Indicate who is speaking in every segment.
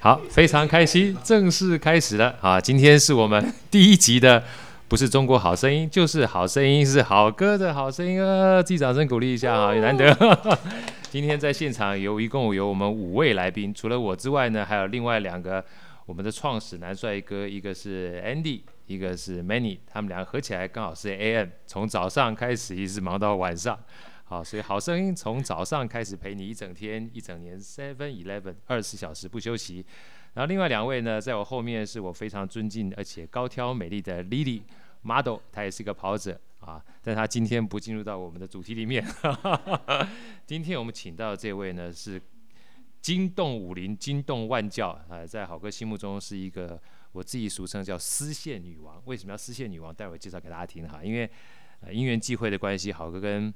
Speaker 1: 好，非常开心，正式开始了啊！今天是我们第一集的，不是中国好声音，就是好声音，是好歌的好声音啊！自己掌声鼓励一下啊，也难得。 今天在现场有一共有我们五位来宾，除了我之外呢，还有另外两个我们的创始男帅哥，一个是 Andy，一个是 Many，他们两个合起来刚好是 AM，从早上开始一直忙到晚上。好，所以好声音从早上开始陪你一整天、一整年，Seven Eleven 二十四小时不休息。然后另外两位呢，在我后面是我非常尊敬而且高挑美丽的 Lily Model，她也是个跑者啊，但她今天不进入到我们的主题里面。 今天我们请到的这位呢是惊动武林、惊动万教啊，在好哥心目中是一个我自己俗称叫丝线女王。为什么要丝线女王？待会儿介绍给大家听哈，因为呃因缘际会的关系，好哥跟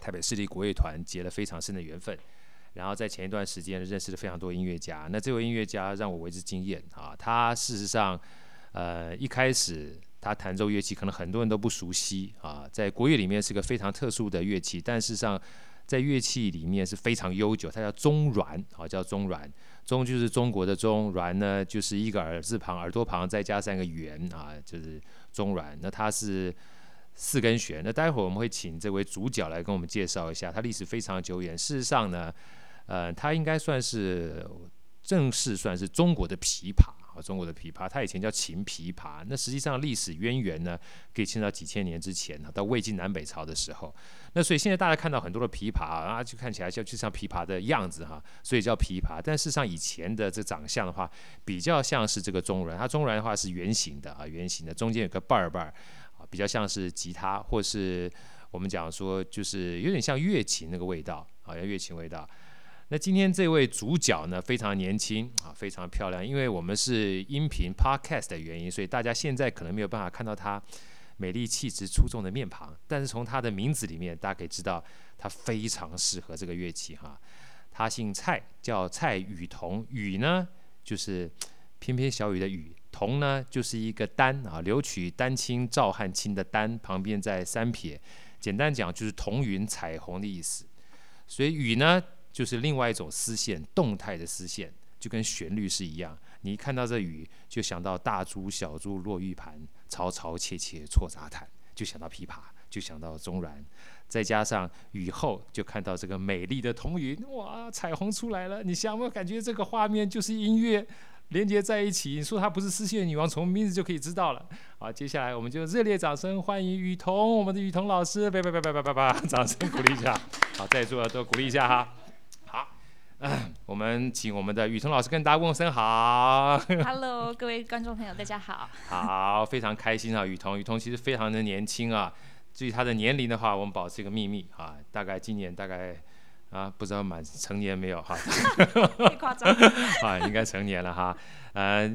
Speaker 1: 台北市立国乐团结了非常深的缘分。然后在前一段时间认识了非常多音乐家，那这位音乐家让我为之惊艳啊！他事实上，呃，一开始他弹奏乐器，可能很多人都不熟悉啊，在国乐里面是个非常特殊的乐器，但事实上在乐器里面是非常悠久，它叫中阮啊，叫中阮，中就是中国的中，阮呢就是一个耳字旁，耳朵旁再加上一个圆啊，就是中阮。那它是四根弦。那待会儿我们会请这位主角来跟我们介绍一下，它历史非常久远。事实上呢，呃，它应该算是正式算是中国的琵琶啊，中国的琵琶，它以前叫秦琵琶。那实际上历史渊源呢，可以牵到几千年之前啊，到魏晋南北朝的时候。那所以现在大家看到很多的琵琶啊，就看起来像就像琵琶的样子哈、所以叫琵琶。但事实上以前的这长相的话，比较像是这个中阮，它中阮的话是圆形的啊，圆形的，中间有个瓣儿瓣儿啊，比较像是吉他或是我们讲说就是有点像乐琴那个味道啊，乐琴味道。那今天这位主角呢，非常年轻啊，非常漂亮。因为我们是音频 podcast 的原因，所以大家现在可能没有办法看到她美丽气质出众的面庞，但是从她的名字里面，大家可以知道她非常适合这个乐器哈。她姓蔡，叫蔡雨桐。雨呢，就是翩翩小雨的雨；桐呢，就是一个丹啊，柳曲丹青赵汉卿的丹，旁边在三撇。简单讲就是彤云彩虹的意思。所以雨呢，就是另外一种丝线，动态的丝线，就跟旋律是一样。你一看到这雨，就想到大珠小珠落玉盘，嘈嘈切切错杂弹，就想到琵琶，就想到中阮。再加上雨后，就看到这个美丽的彤云，哇，彩虹出来了。你想有没有感觉这个画面就是音乐连接在一起？你说它不是丝线女王，从名字就可以知道了。好，接下来我们就热烈掌声欢迎雨桐，我们的雨桐老师，拜拜拜拜拜拜拜，掌声鼓励一下。好，在座的都鼓励一下哈。好，我们请我们的雨桐老师跟大家问声好。
Speaker 2: Hello，各位观众朋友，大 家好。
Speaker 1: 好，非常开心啊，雨桐。雨桐其实非常的年轻啊。至于她的年龄的话，我们保持一个秘密啊。大概今年大概啊，不知道满成年没有哈、
Speaker 2: 太夸张了，
Speaker 1: 啊，应该成年了哈。呃，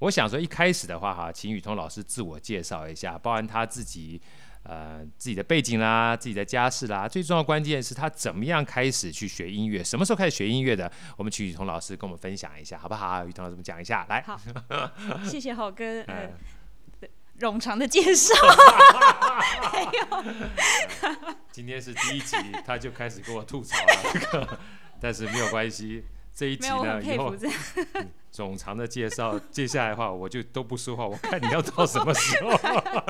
Speaker 1: 我想说一开始的话哈，请雨桐老师自我介绍一下，包含他自己呃自己的背景啦、自己的家世啦，最重要的关键是他怎么样开始去学音乐，什么时候开始学音乐的？我们请雨桐老师跟我们分享一下，好不好？雨桐老师，我们讲一下，来，
Speaker 2: 好，谢谢好哥呃
Speaker 1: 嗯
Speaker 2: 冗长的介绍。没有，
Speaker 1: 今天是第一集，他就开始跟我吐槽了，这个，但是没有关系。这一集
Speaker 2: 没有，我
Speaker 1: 呢，
Speaker 2: 很
Speaker 1: 以
Speaker 2: 佩
Speaker 1: 后
Speaker 2: 服这样。
Speaker 1: 冗长的介绍，接下来的话我就都不说话，我看你要到什么时候。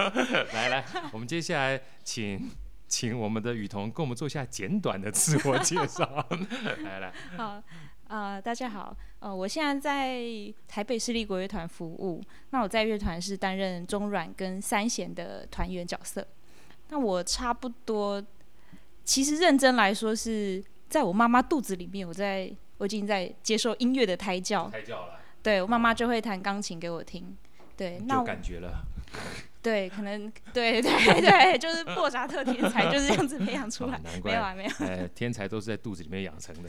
Speaker 1: 来来，我们接下来请请我们的雨桐跟我们做一下简短的自我介绍。来来，
Speaker 2: 好，呃，大家好，呃，我现在在台北市立国乐团服务。那我在乐团是担任中阮跟三弦的团员角色。那我差不多，其实认真来说是在我妈妈肚子里面，我在我已经在接受音乐的胎教。
Speaker 1: 开教了，
Speaker 2: 对我妈妈就会弹钢琴给我听。对，那
Speaker 1: 有
Speaker 2: 我
Speaker 1: 感觉了。
Speaker 2: 对可能对对对，就是莫扎特天才就是这样子培养出来
Speaker 1: 哦，难
Speaker 2: 没有
Speaker 1: 怪，
Speaker 2: 啊没有。
Speaker 1: 哎，天才都是在肚子里面养成的。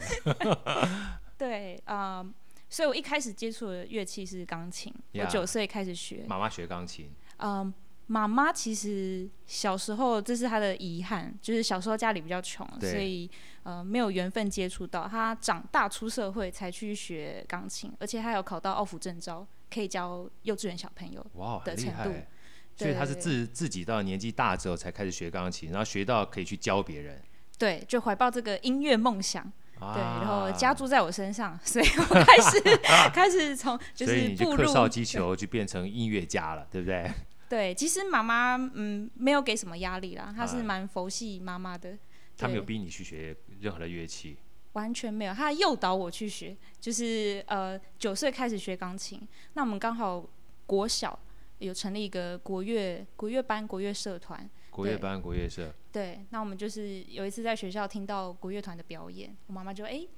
Speaker 2: 对啊、呃所以我一开始接触的乐器是钢琴我
Speaker 1: Yeah
Speaker 2: 九岁开始学。
Speaker 1: 妈妈学钢琴，
Speaker 2: 嗯，妈妈其实小时候这是她的遗憾，就是小时候家里比较穷，
Speaker 1: 对
Speaker 2: 所以呃没有缘分接触到。她长大出社会才去学钢琴，而且她有考到奥福证照，可以教幼稚园小朋友。
Speaker 1: 哇，很
Speaker 2: 的
Speaker 1: 厉
Speaker 2: 程度
Speaker 1: 害。啊所以
Speaker 2: 对
Speaker 1: 他是
Speaker 2: 对
Speaker 1: 自自己到年纪大之后才开始学钢琴，然后学到可以去教别人。
Speaker 2: 对，就怀抱这个音乐梦想，
Speaker 1: 啊
Speaker 2: 对，然后加注在我身上， 所以我开始 开始从就
Speaker 1: 所以
Speaker 2: 是
Speaker 1: 你
Speaker 2: 步
Speaker 1: 就
Speaker 2: 入
Speaker 1: 克绍击球就变成音乐家了，对不 对？
Speaker 2: 对，其实妈妈嗯没有给什么压力啦，她是
Speaker 1: 哎
Speaker 2: 蛮佛系妈妈的，
Speaker 1: 他没有
Speaker 2: 对
Speaker 1: 逼你去学任何的乐器，
Speaker 2: 完全没有，她诱导我去学，就是呃九岁开始学钢琴，那我们刚好国小有成立一个国乐国乐班国乐社团。
Speaker 1: 国乐
Speaker 2: 对
Speaker 1: 班、国乐社，
Speaker 2: 对，那我们就是有一次在学校听到国乐团的表演，我妈妈就哎、诶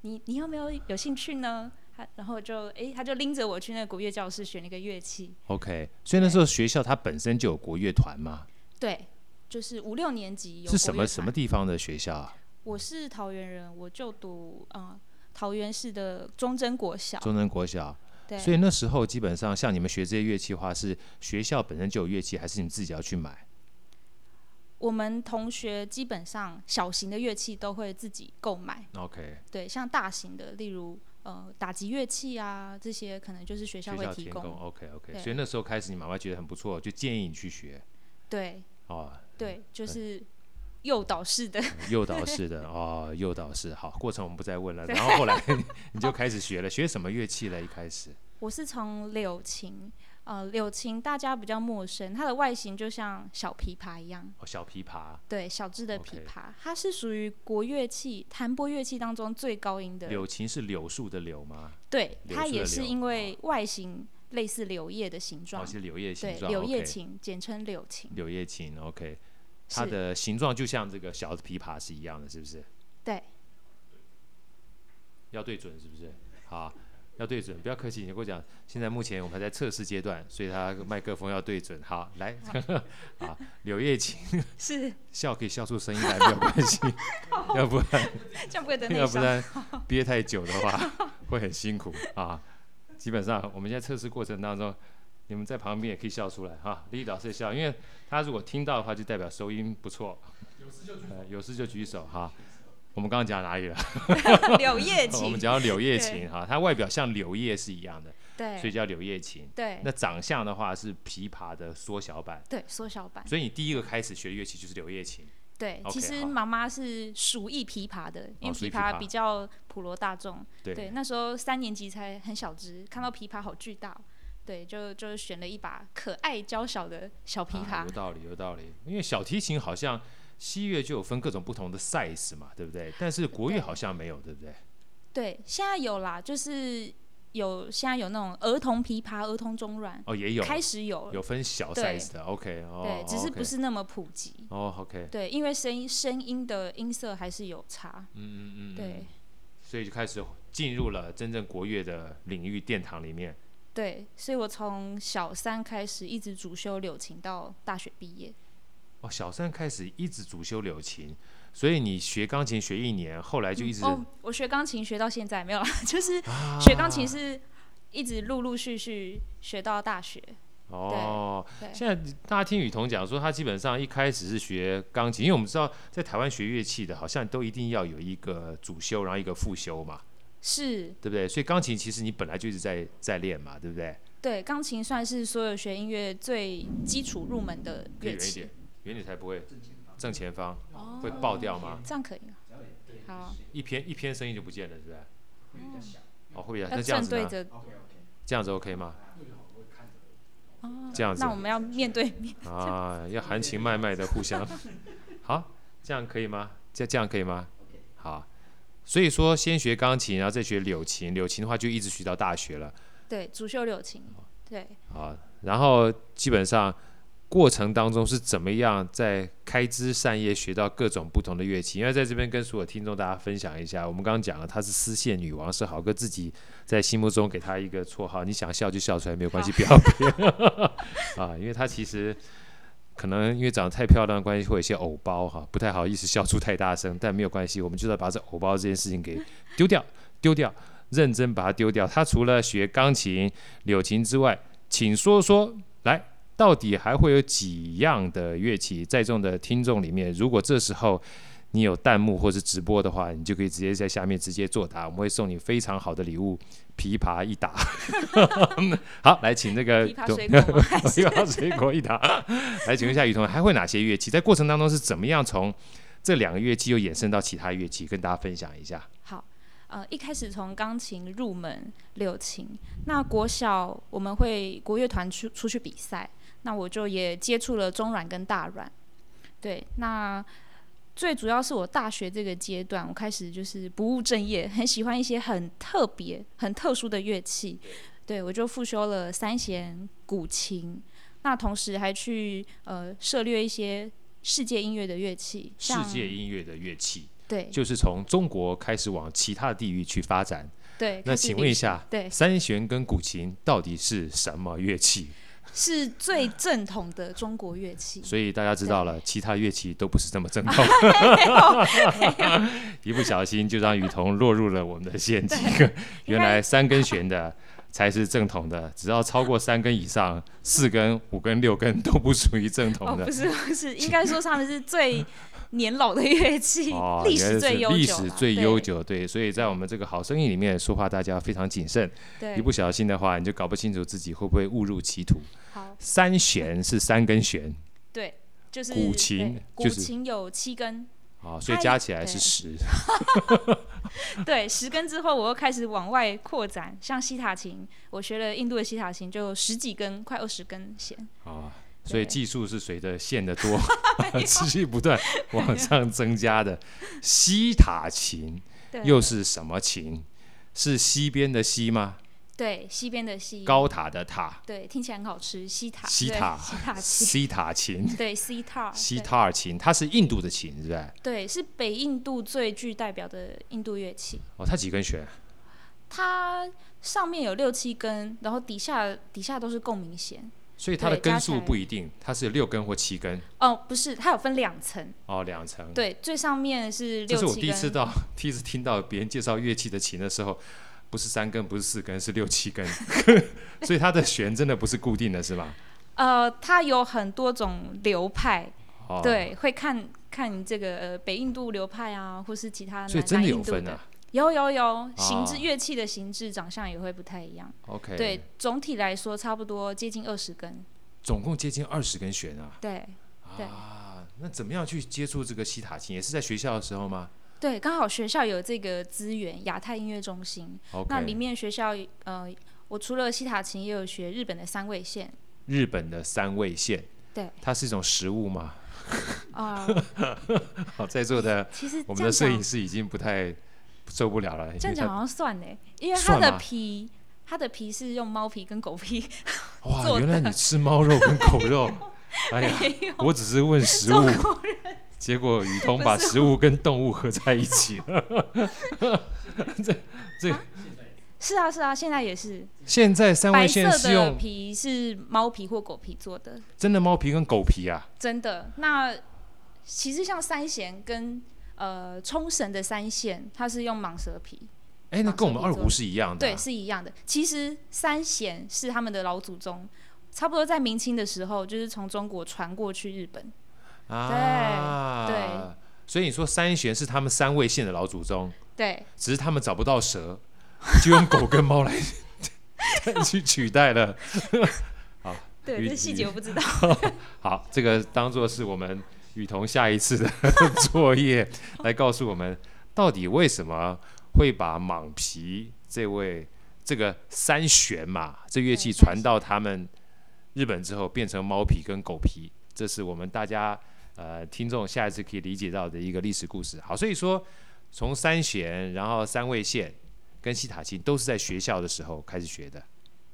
Speaker 2: 你你有没有有兴趣呢？她然后就哎、她就拎着我去那个国乐教室学那个乐器，
Speaker 1: OK，所以那时候学校它本身就有国乐团嘛？
Speaker 2: 对，就是五六年级有
Speaker 1: 是
Speaker 2: 国
Speaker 1: 什
Speaker 2: 乐
Speaker 1: 么什
Speaker 2: 团
Speaker 1: 么？地方的学校啊？
Speaker 2: 我是桃园人，我就读啊、呃桃园市的忠贞国小，
Speaker 1: 中正国小。
Speaker 2: 对，
Speaker 1: 所以那时候基本上像你们学这些乐器的话，是学校本身就有乐器，还是你自己要去买？
Speaker 2: 我们同学基本上小型的乐器都会自己购买，
Speaker 1: OK，
Speaker 2: 对，像大型的，例如呃打击乐器啊这些，可能就是学校
Speaker 1: 学
Speaker 2: 会
Speaker 1: 校
Speaker 2: 提
Speaker 1: 提
Speaker 2: 供，
Speaker 1: 供 OK OK，
Speaker 2: 对
Speaker 1: 所以那时候开始你妈妈觉得很不错，就建议你去学
Speaker 2: 对。
Speaker 1: 哦，
Speaker 2: 对，就是诱导式的。
Speaker 1: 诱导式的哦，诱导式好，过程我们不再问了。然后后来 你就开始学了，学什么乐器呢？一开始
Speaker 2: 我是从柳琴，呃，柳琴大家比较陌生，它的外形就像小琵琶一样，
Speaker 1: 哦，小琵琶、
Speaker 2: 对，小只的琵
Speaker 1: OK
Speaker 2: 琶它是属于国乐器、弹拨乐器当中最高音的。
Speaker 1: 柳琴是柳树的柳吗？
Speaker 2: 对，
Speaker 1: 柳
Speaker 2: 它
Speaker 1: 树的
Speaker 2: 也是
Speaker 1: 柳
Speaker 2: 因为外形类似柳叶的形状，
Speaker 1: 哦，是柳叶
Speaker 2: 对
Speaker 1: 形，状。
Speaker 2: 柳叶
Speaker 1: OK
Speaker 2: 琴，简称柳琴。
Speaker 1: 柳叶琴，OK，它
Speaker 2: 是
Speaker 1: 的形状就像这个小琵琶是一样的，是不是？
Speaker 2: 对，
Speaker 1: 要对准，是不是？好，要对准，不要客气，你跟我讲，现在目前我们还在测试阶段，所以它麦克风要对准。好，来， 好，柳叶琴
Speaker 2: 是，
Speaker 1: 笑可以笑出声音来，没有关 系，要不然
Speaker 2: 这样不会 得内
Speaker 1: 要不
Speaker 2: 伤。
Speaker 1: 然憋太久的话会很辛苦啊。基本上我们现在测试过程当中，你们在旁边也可以笑出来哈。李老师也笑，因为他如果听到的话，就代表收音不错。呃有事就举手哈。我们刚刚讲哪里
Speaker 2: 哎
Speaker 1: 了？
Speaker 2: 啊柳 叶
Speaker 1: 哦我们
Speaker 2: 琴，
Speaker 1: 讲到柳叶琴哈，它外表像柳叶是一样的，所以
Speaker 2: 对
Speaker 1: 叫柳叶琴。
Speaker 2: 对嗯
Speaker 1: 那长相的话是琵琶的缩小版，
Speaker 2: 对，缩小版。
Speaker 1: 所以你第一个开始学乐器就是柳叶琴。
Speaker 2: 对
Speaker 1: OK，
Speaker 2: 其实
Speaker 1: 好
Speaker 2: 妈妈是属意琵琶的，因为
Speaker 1: 属于
Speaker 2: 琵
Speaker 1: 琵琶
Speaker 2: 琶比较普罗大众。
Speaker 1: 对，
Speaker 2: 对，那时候三年级才很小只，看到琵琶好巨大哦，对，就就选了一把可爱娇小的小琵
Speaker 1: 啊
Speaker 2: 琶
Speaker 1: 有。道理，有道理。因为小提琴好像西乐就有分各种不同的 size 嘛，对不对？但是国乐
Speaker 2: 对
Speaker 1: 好像没有，对不对？
Speaker 2: 对，现在有啦，就是有现在有那种儿童琵琶、儿童中阮，
Speaker 1: 哦，也有，
Speaker 2: 开始有了
Speaker 1: 有分小
Speaker 2: 对
Speaker 1: size 的，OK，哦，
Speaker 2: 对，只是不
Speaker 1: OK
Speaker 2: 是那么普及。
Speaker 1: 哦，OK，
Speaker 2: 对，因为声音声音的音色还是有差。
Speaker 1: 嗯嗯嗯，
Speaker 2: 对
Speaker 1: 所以就开始进入了真正国乐的领域殿堂里面。
Speaker 2: 对，所以我从小三开始一直主修柳琴到大学毕业。
Speaker 1: 哦，小三开始一直主修柳琴，所以你学钢琴学一年，后来就一直、
Speaker 2: 哦，我学钢琴学到现在没有啦， 就是
Speaker 1: 啊
Speaker 2: 学钢琴是一直陆陆续续学到大学。
Speaker 1: 哦，
Speaker 2: 对
Speaker 1: 现在大家听雨桐讲说，他基本上一开始是学钢琴，因为我们知道在台湾学乐器的，好像都一定要有一个主修，然后一个副修嘛，
Speaker 2: 是，
Speaker 1: 对不对？所以钢琴其实你本来就一直在在练嘛，对不对？
Speaker 2: 对，钢琴算是所有学音乐最基础入门的
Speaker 1: 可以
Speaker 2: 乐
Speaker 1: 远一
Speaker 2: 器哦
Speaker 1: 点。，远点才不会正前方会爆掉吗？
Speaker 2: 这样可以吗？好，
Speaker 1: 一偏一偏声音就不见了，是不是？哦，会比较
Speaker 2: 要
Speaker 1: 那这样
Speaker 2: 正
Speaker 1: 子
Speaker 2: 对
Speaker 1: 呢？
Speaker 2: 着
Speaker 1: 这样子 OK 吗？
Speaker 2: 哦。
Speaker 1: 这样子
Speaker 2: 那我们要面对面。
Speaker 1: 啊，要含情脉脉的互相。好，这样可以吗？这这样可以吗？好，所以说先学钢琴，然后再学柳琴，柳琴的话就一直学到大学了
Speaker 2: 对，主修柳琴。对，
Speaker 1: 啊。然后基本上过程当中是怎么样在开枝散叶学到各种不同的乐器？因为在这边跟所有听众大家分享一下，我们刚刚讲了她是丝线女王，是好哥自己在心目中给她一个绰号，你想笑就笑出来没有关系，不要 憋啊，因为她其实。可能因为长得太漂亮的关系，会有一些偶包哈，不太好意思笑出太大声，但没有关系，我们就要把这偶包这件事情给丢掉，丢掉，认真把它丢掉。她除了学钢琴、柳琴之外，请说说来，到底还会有几样的乐器？在众的听众里面，如果这时候你有弹幕或是直播的话，你就可以直接在下面直接作答，我们会送你非常好的礼物——琵琶一打。 好，来，请这个
Speaker 2: 琵琶水果吗？还 是
Speaker 1: 琵琶水果一打。来，请问一下雨桐，还会哪些乐器？在过程当中是怎么样从这两个乐器又衍生到其他乐器，跟大家分享一下。
Speaker 2: 好，呃，一开始从钢琴入门柳琴，那国小我们会国乐团出出去比赛，那我就也接触了中阮跟大阮。对，那最主要是我大学这个阶段，我开始就是不务正业，很喜欢一些很特别、很特殊的乐器。对我就复修了三弦、古琴，那同时还去呃涉猎一些世界音乐的乐器，
Speaker 1: 世
Speaker 2: 像
Speaker 1: 界音乐的乐器
Speaker 2: 对
Speaker 1: 就是从中国开始往其他地域去发展。
Speaker 2: 对。
Speaker 1: 那
Speaker 2: 开始
Speaker 1: 请
Speaker 2: 理
Speaker 1: 问一下，
Speaker 2: 对，
Speaker 1: 三弦跟古琴到底是什么乐器？
Speaker 2: 是最正统的中国乐器。
Speaker 1: 所以大家知道了，其他乐器都不是这么正 统， 一不小心就让雨桐落入了我们的陷阱。 原来三根弦的才是正统的，只要超过三根以上，四根、五根、六根都不属于正
Speaker 2: 哦，
Speaker 1: 统的
Speaker 2: 不。是不是，应该说他们是最年老的 乐器，哦历
Speaker 1: 哦原来
Speaker 2: 史
Speaker 1: 是
Speaker 2: 最悠久啦，
Speaker 1: 历史最悠久，对，所以在我们这个好生意里面说话，大家非常谨慎，
Speaker 2: 对。
Speaker 1: 一
Speaker 2: 对，
Speaker 1: 不小心的话，你就搞不清楚自己会不会误入歧途。
Speaker 2: 好，
Speaker 1: 三弦是三根弦
Speaker 2: 对，就是
Speaker 1: 古琴
Speaker 2: 对
Speaker 1: 就
Speaker 2: 古
Speaker 1: 是
Speaker 2: 琴有七根，
Speaker 1: 啊，所以
Speaker 2: 它
Speaker 1: 加起来
Speaker 2: 对
Speaker 1: 是十。
Speaker 2: 对，十根之后我又开始往外扩展，像西塔琴，我学了印度的西塔琴，就十几根，快二十根弦。
Speaker 1: 啊，所以
Speaker 2: 对
Speaker 1: 技术是随着线的 多啊持续不断往上增加的。西塔琴
Speaker 2: 对，
Speaker 1: 又是什么琴？是西边的西吗？
Speaker 2: 对西边的西，
Speaker 1: 高塔的塔，
Speaker 2: 对，听起来很好吃，西塔，
Speaker 1: 西
Speaker 2: 对
Speaker 1: 塔
Speaker 2: 西塔琴，啊
Speaker 1: 西塔琴，
Speaker 2: 对，西塔，
Speaker 1: 西
Speaker 2: 对
Speaker 1: 塔尔琴，它是印度的琴，是不是？
Speaker 2: 对，是北印度最具代表的印度乐器。
Speaker 1: 哦，它几根弦？
Speaker 2: 它上面有六七根，然后底下底下都是共鸣弦。
Speaker 1: 所以它的
Speaker 2: 对加
Speaker 1: 根
Speaker 2: 起
Speaker 1: 数
Speaker 2: 来
Speaker 1: 不一定，它是六根或七根
Speaker 2: 哦，不是，它有分两层。
Speaker 1: 哦，两层。，
Speaker 2: 对，最上面是
Speaker 1: 这
Speaker 2: 六
Speaker 1: 是我
Speaker 2: 七
Speaker 1: 第一次
Speaker 2: 根。
Speaker 1: 到，第一次听到别人介绍乐器的琴的时候，不是三根，不是四根，是六七根， 所以它的弦真的不是固定的，是吧？
Speaker 2: 呃，它有很多种流派，
Speaker 1: 哦，
Speaker 2: 对，会看看你这个呃北印度流派啊，或是其他
Speaker 1: 所以
Speaker 2: 南
Speaker 1: 真
Speaker 2: 南
Speaker 1: 的有
Speaker 2: 印度
Speaker 1: 分
Speaker 2: 的
Speaker 1: 啊。。
Speaker 2: 有有有，形制
Speaker 1: 哦
Speaker 2: 乐器的形制、长相也会不太一样。
Speaker 1: OK，
Speaker 2: 对，，总体来说差不多接近二十根。
Speaker 1: 总共接近二十根弦啊。
Speaker 2: 对对
Speaker 1: 啊，那怎么样去接触这个西塔琴？也是在学校的时候吗
Speaker 2: 对，刚好学校有这个资源，亚太音乐中心，那里
Speaker 1: ？OK，
Speaker 2: 面学校呃，我除了西塔琴，也有学日本的三味线
Speaker 1: 日本的三味线，
Speaker 2: 对，
Speaker 1: 它是一种食物吗？
Speaker 2: 啊、
Speaker 1: 好，在座 的
Speaker 2: 其实
Speaker 1: 我
Speaker 2: 这
Speaker 1: 们
Speaker 2: 样
Speaker 1: 的摄
Speaker 2: 讲
Speaker 1: 影师已经不太受不了了，因
Speaker 2: 这
Speaker 1: 为
Speaker 2: 样讲
Speaker 1: 它
Speaker 2: 好像算呢，因为它
Speaker 1: 算
Speaker 2: 的
Speaker 1: 吗
Speaker 2: 皮，它的皮是用猫皮跟狗皮，
Speaker 1: 哇，
Speaker 2: 做
Speaker 1: 原来你吃猫肉跟狗肉， 哎呀，
Speaker 2: 没有
Speaker 1: 我只是问食物
Speaker 2: 中，国人
Speaker 1: 结果雨桐把食物跟动物合在一起 了。
Speaker 2: 是啊是啊，现在也是
Speaker 1: 现在三
Speaker 2: 白
Speaker 1: 味线
Speaker 2: 色
Speaker 1: 是
Speaker 2: 的
Speaker 1: 用
Speaker 2: 皮是猫皮或狗皮做的，
Speaker 1: 真的猫皮跟狗皮啊，
Speaker 2: 真的。那其实像三弦跟呃冲绳的三线，它是用蟒蛇皮，
Speaker 1: 哎，那跟我们
Speaker 2: 马
Speaker 1: 二
Speaker 2: 上就
Speaker 1: 胡是一样的啊、
Speaker 2: 对，是一样的。其实三弦是他们的老祖宗，差不多在明清的时候，就是从中国传过去日本。
Speaker 1: 啊，
Speaker 2: 对。
Speaker 1: 所以你说三弦是他们三位线的老祖宗，
Speaker 2: 对，
Speaker 1: 只是他们找不到蛇，就用狗跟猫来 去取代了。
Speaker 2: 对，
Speaker 1: 与
Speaker 2: 这细节我不知道。
Speaker 1: 好，这个当做是我们雨桐下一次的作业，来告诉我们到底为什么会把蟒皮这位这个三弦嘛这乐器
Speaker 2: 对三
Speaker 1: 传到他们日本之后变成猫皮跟狗皮，这是我们大家呃听众下一次可以理解到的一个历史故事。好，所以说从三弦，然后三味线跟西塔琴都是在学校的时候开始学的，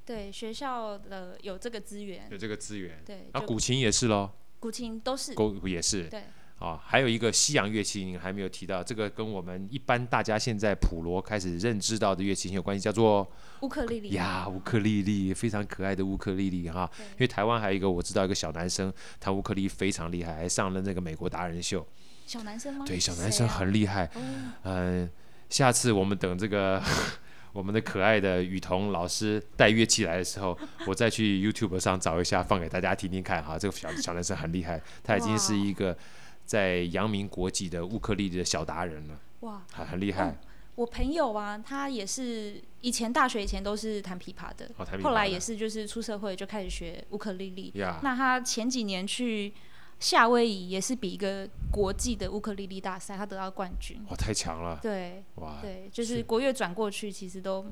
Speaker 2: 对，学校的有这个资源
Speaker 1: 有，这个资源。
Speaker 2: 对，
Speaker 1: 然
Speaker 2: 就
Speaker 1: 后啊古琴也是喽，
Speaker 2: 古琴都是
Speaker 1: 狗也是。
Speaker 2: 对
Speaker 1: 啊，还有一个西洋乐器，你还没有提到，这个跟我们一般大家现在普罗开始认知到的乐器很有关系，叫做
Speaker 2: 乌克丽丽。
Speaker 1: 呀乌克丽丽，非常可爱的乌克丽丽哈。
Speaker 2: 对
Speaker 1: 因为台湾还有一个我知道一个小男生弹乌克丽非常厉害，还上了那个美国达人秀。
Speaker 2: 小男生吗？
Speaker 1: 对，小男
Speaker 2: 谁
Speaker 1: 生
Speaker 2: 啊
Speaker 1: 很厉害。
Speaker 2: 哦
Speaker 1: 嗯，下次我们等这个 我们的可爱的雨桐老师带乐器来的时候，我再去 YouTube 上找一下，放给大家听听看哈。这个小小男生很厉害，他已经是
Speaker 2: 哇
Speaker 1: 一个在扬名国际的乌克丽丽的小达人了，
Speaker 2: 哇，
Speaker 1: 很很厉害
Speaker 2: 嗯。我朋友啊，他也是以前大学以前都是弹琵琶的，
Speaker 1: 哦弹琵琶
Speaker 2: 后来
Speaker 1: 的
Speaker 2: 也是就是出社会就开始学乌克丽丽。
Speaker 1: 呀，
Speaker 2: 那他前几年去夏威夷也是比一个国际的乌克丽丽大赛，他得到冠军。
Speaker 1: 哇，太强了，
Speaker 2: 对
Speaker 1: 哇！
Speaker 2: 对，就是是国乐转过去，其实都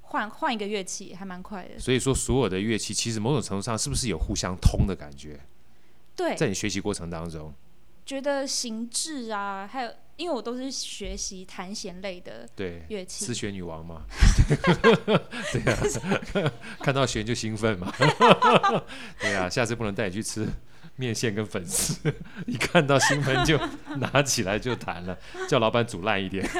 Speaker 2: 换换一个乐器还蛮快的。
Speaker 1: 所以说，所有的乐器其实某种程度上是不是有互相通的感觉？
Speaker 2: 对，
Speaker 1: 在你学习过程当中，
Speaker 2: 觉得形制啊，还有因为我都是学习弹弦类的
Speaker 1: 对，
Speaker 2: 乐器，
Speaker 1: 吃雪女王嘛， 对啊，看到雪就兴奋嘛， 对啊，下次不能带你去吃面线跟粉丝， 一看到兴奋就拿起来就弹了，叫老板煮烂一点。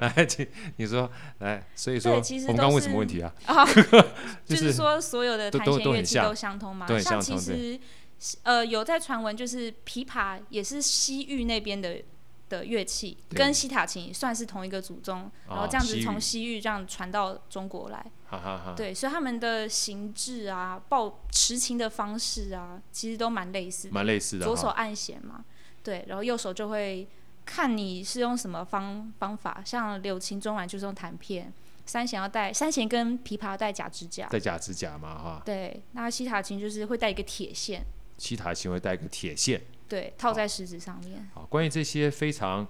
Speaker 1: 哎，请你说来，所以说
Speaker 2: 对其实
Speaker 1: 我们
Speaker 2: 都
Speaker 1: 刚刚问什么
Speaker 2: 是
Speaker 1: 问题啊？
Speaker 2: 啊，
Speaker 1: 就
Speaker 2: 就是说所有的
Speaker 1: 都
Speaker 2: 弹
Speaker 1: 都
Speaker 2: 弦
Speaker 1: 都
Speaker 2: 乐
Speaker 1: 很
Speaker 2: 器
Speaker 1: 像
Speaker 2: 都相通嘛
Speaker 1: 都很？
Speaker 2: 像
Speaker 1: 相
Speaker 2: 其
Speaker 1: 通对
Speaker 2: 实呃有在传闻，就是琵琶也是西域那边的。的乐器
Speaker 1: 对
Speaker 2: 跟西塔琴算是同一个祖宗，然后
Speaker 1: 哦
Speaker 2: 这样子
Speaker 1: 西域
Speaker 2: 从西域这样传到中国来，
Speaker 1: 哈哈哈，
Speaker 2: 对，所以他们的形制啊、抱持琴的方式啊，其实都蛮类似的。
Speaker 1: 蛮类似的
Speaker 2: 左手啊
Speaker 1: 哈。
Speaker 2: 按弦嘛，对，然后右手就会看你是用什么方方法，像柳琴、中阮就是用弹片，三弦要带三弦跟琵琶要带假指甲，
Speaker 1: 戴假指甲嘛哈，
Speaker 2: 对，那西塔琴就是会带一个铁线，
Speaker 1: 西塔琴会带一个铁线。
Speaker 2: 对，套
Speaker 1: 好
Speaker 2: 在食指上面。
Speaker 1: 好，关于这些非常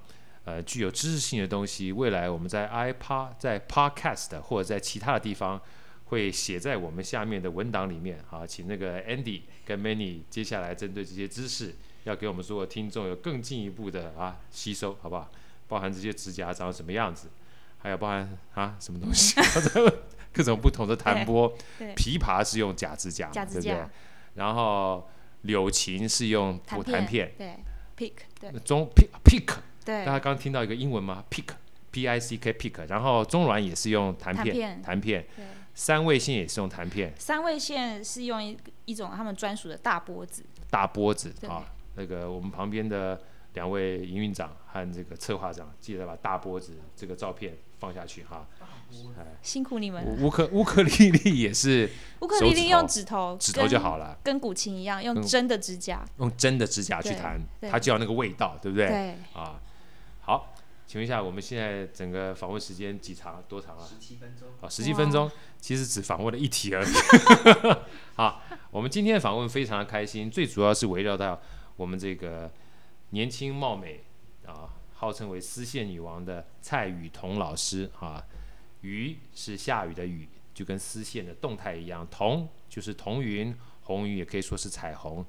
Speaker 1: 呃具有知识性的东西，未来我们在 iPod、在 Podcast 或者在其他的地方会写在我们下面的文档里面。好，请那个 Andy 跟 Many 接下来针对这些知识，要给我们所有听众有更进一步的啊吸收，好不好？包含这些指甲长什么样子，还有包含啊什么东西， 各种不同的弹拨
Speaker 2: 对对。
Speaker 1: 琵琶是用假指甲嘛，
Speaker 2: 假
Speaker 1: 对
Speaker 2: 指
Speaker 1: 不对
Speaker 2: 甲？
Speaker 1: 然后柳琴是用
Speaker 2: 弹
Speaker 1: 弹片，
Speaker 2: 对，pick，对
Speaker 1: 中 pick pick
Speaker 2: 对
Speaker 1: 大家刚听到一个英文吗？pick p i c k pick，然后中软也是用弹
Speaker 2: 弹
Speaker 1: 片，
Speaker 2: 片
Speaker 1: 弹片，
Speaker 2: 对，
Speaker 1: 三味线也是用弹片，
Speaker 2: 三味线是用一一种他们专属的大拨子，
Speaker 1: 大波子
Speaker 2: 对
Speaker 1: 啊，那个我们旁边的两位营运长和这个策划长，记得把大波子这个照片放下去哈。
Speaker 2: 辛苦你们了。
Speaker 1: 乌乌克乌克丽丽也是
Speaker 2: 乌克
Speaker 1: 手
Speaker 2: 丽
Speaker 1: 指
Speaker 2: 丽用
Speaker 1: 头
Speaker 2: 指头，
Speaker 1: 指头就，好了，
Speaker 2: 跟古琴一样，用
Speaker 1: 嗯
Speaker 2: 真的指甲。
Speaker 1: 用真的指甲去
Speaker 2: 对
Speaker 1: 弹，
Speaker 2: 对
Speaker 1: 它就要那个味道，对不对？
Speaker 2: 对，
Speaker 1: 啊，好，请问一下，我们现在整个访问时间几长？多长啊？十七分钟。好，十七分钟，其实只访问了一题而已。 好，我们今天的访问非常的开心，最主要是围绕到我们这个年轻貌美啊，号称为丝线女王的蔡雨桐老师啊，雨是下雨的雨，就跟丝线的动态一样，彤就是彤云，红云也可以说是彩虹。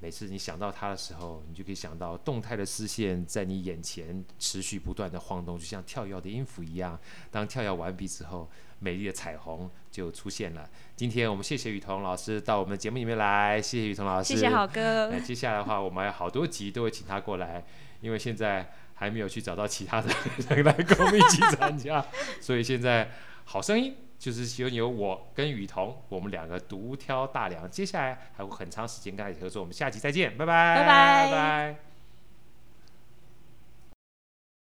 Speaker 1: 每次你想到它的时候，你就可以想到动态的丝线在你眼前持续不断的晃动，就像跳跃的音符一样。当跳跃完毕之后，美丽的彩虹就出现了。今天我们谢谢雨桐老师到我们的节目里面来，谢谢雨桐老师，
Speaker 2: 谢谢好哥
Speaker 1: 哎，。接下来的话，我们还有好多集都会请他过来，因为现在还没有去找到其他的 人来跟我们一起参 加，所以现在好声音就是希望由我跟雨桐，我们两个独挑大梁。接下来还会很长时间跟他一起合作，我们下集再见，拜拜，
Speaker 2: 拜拜
Speaker 1: 拜。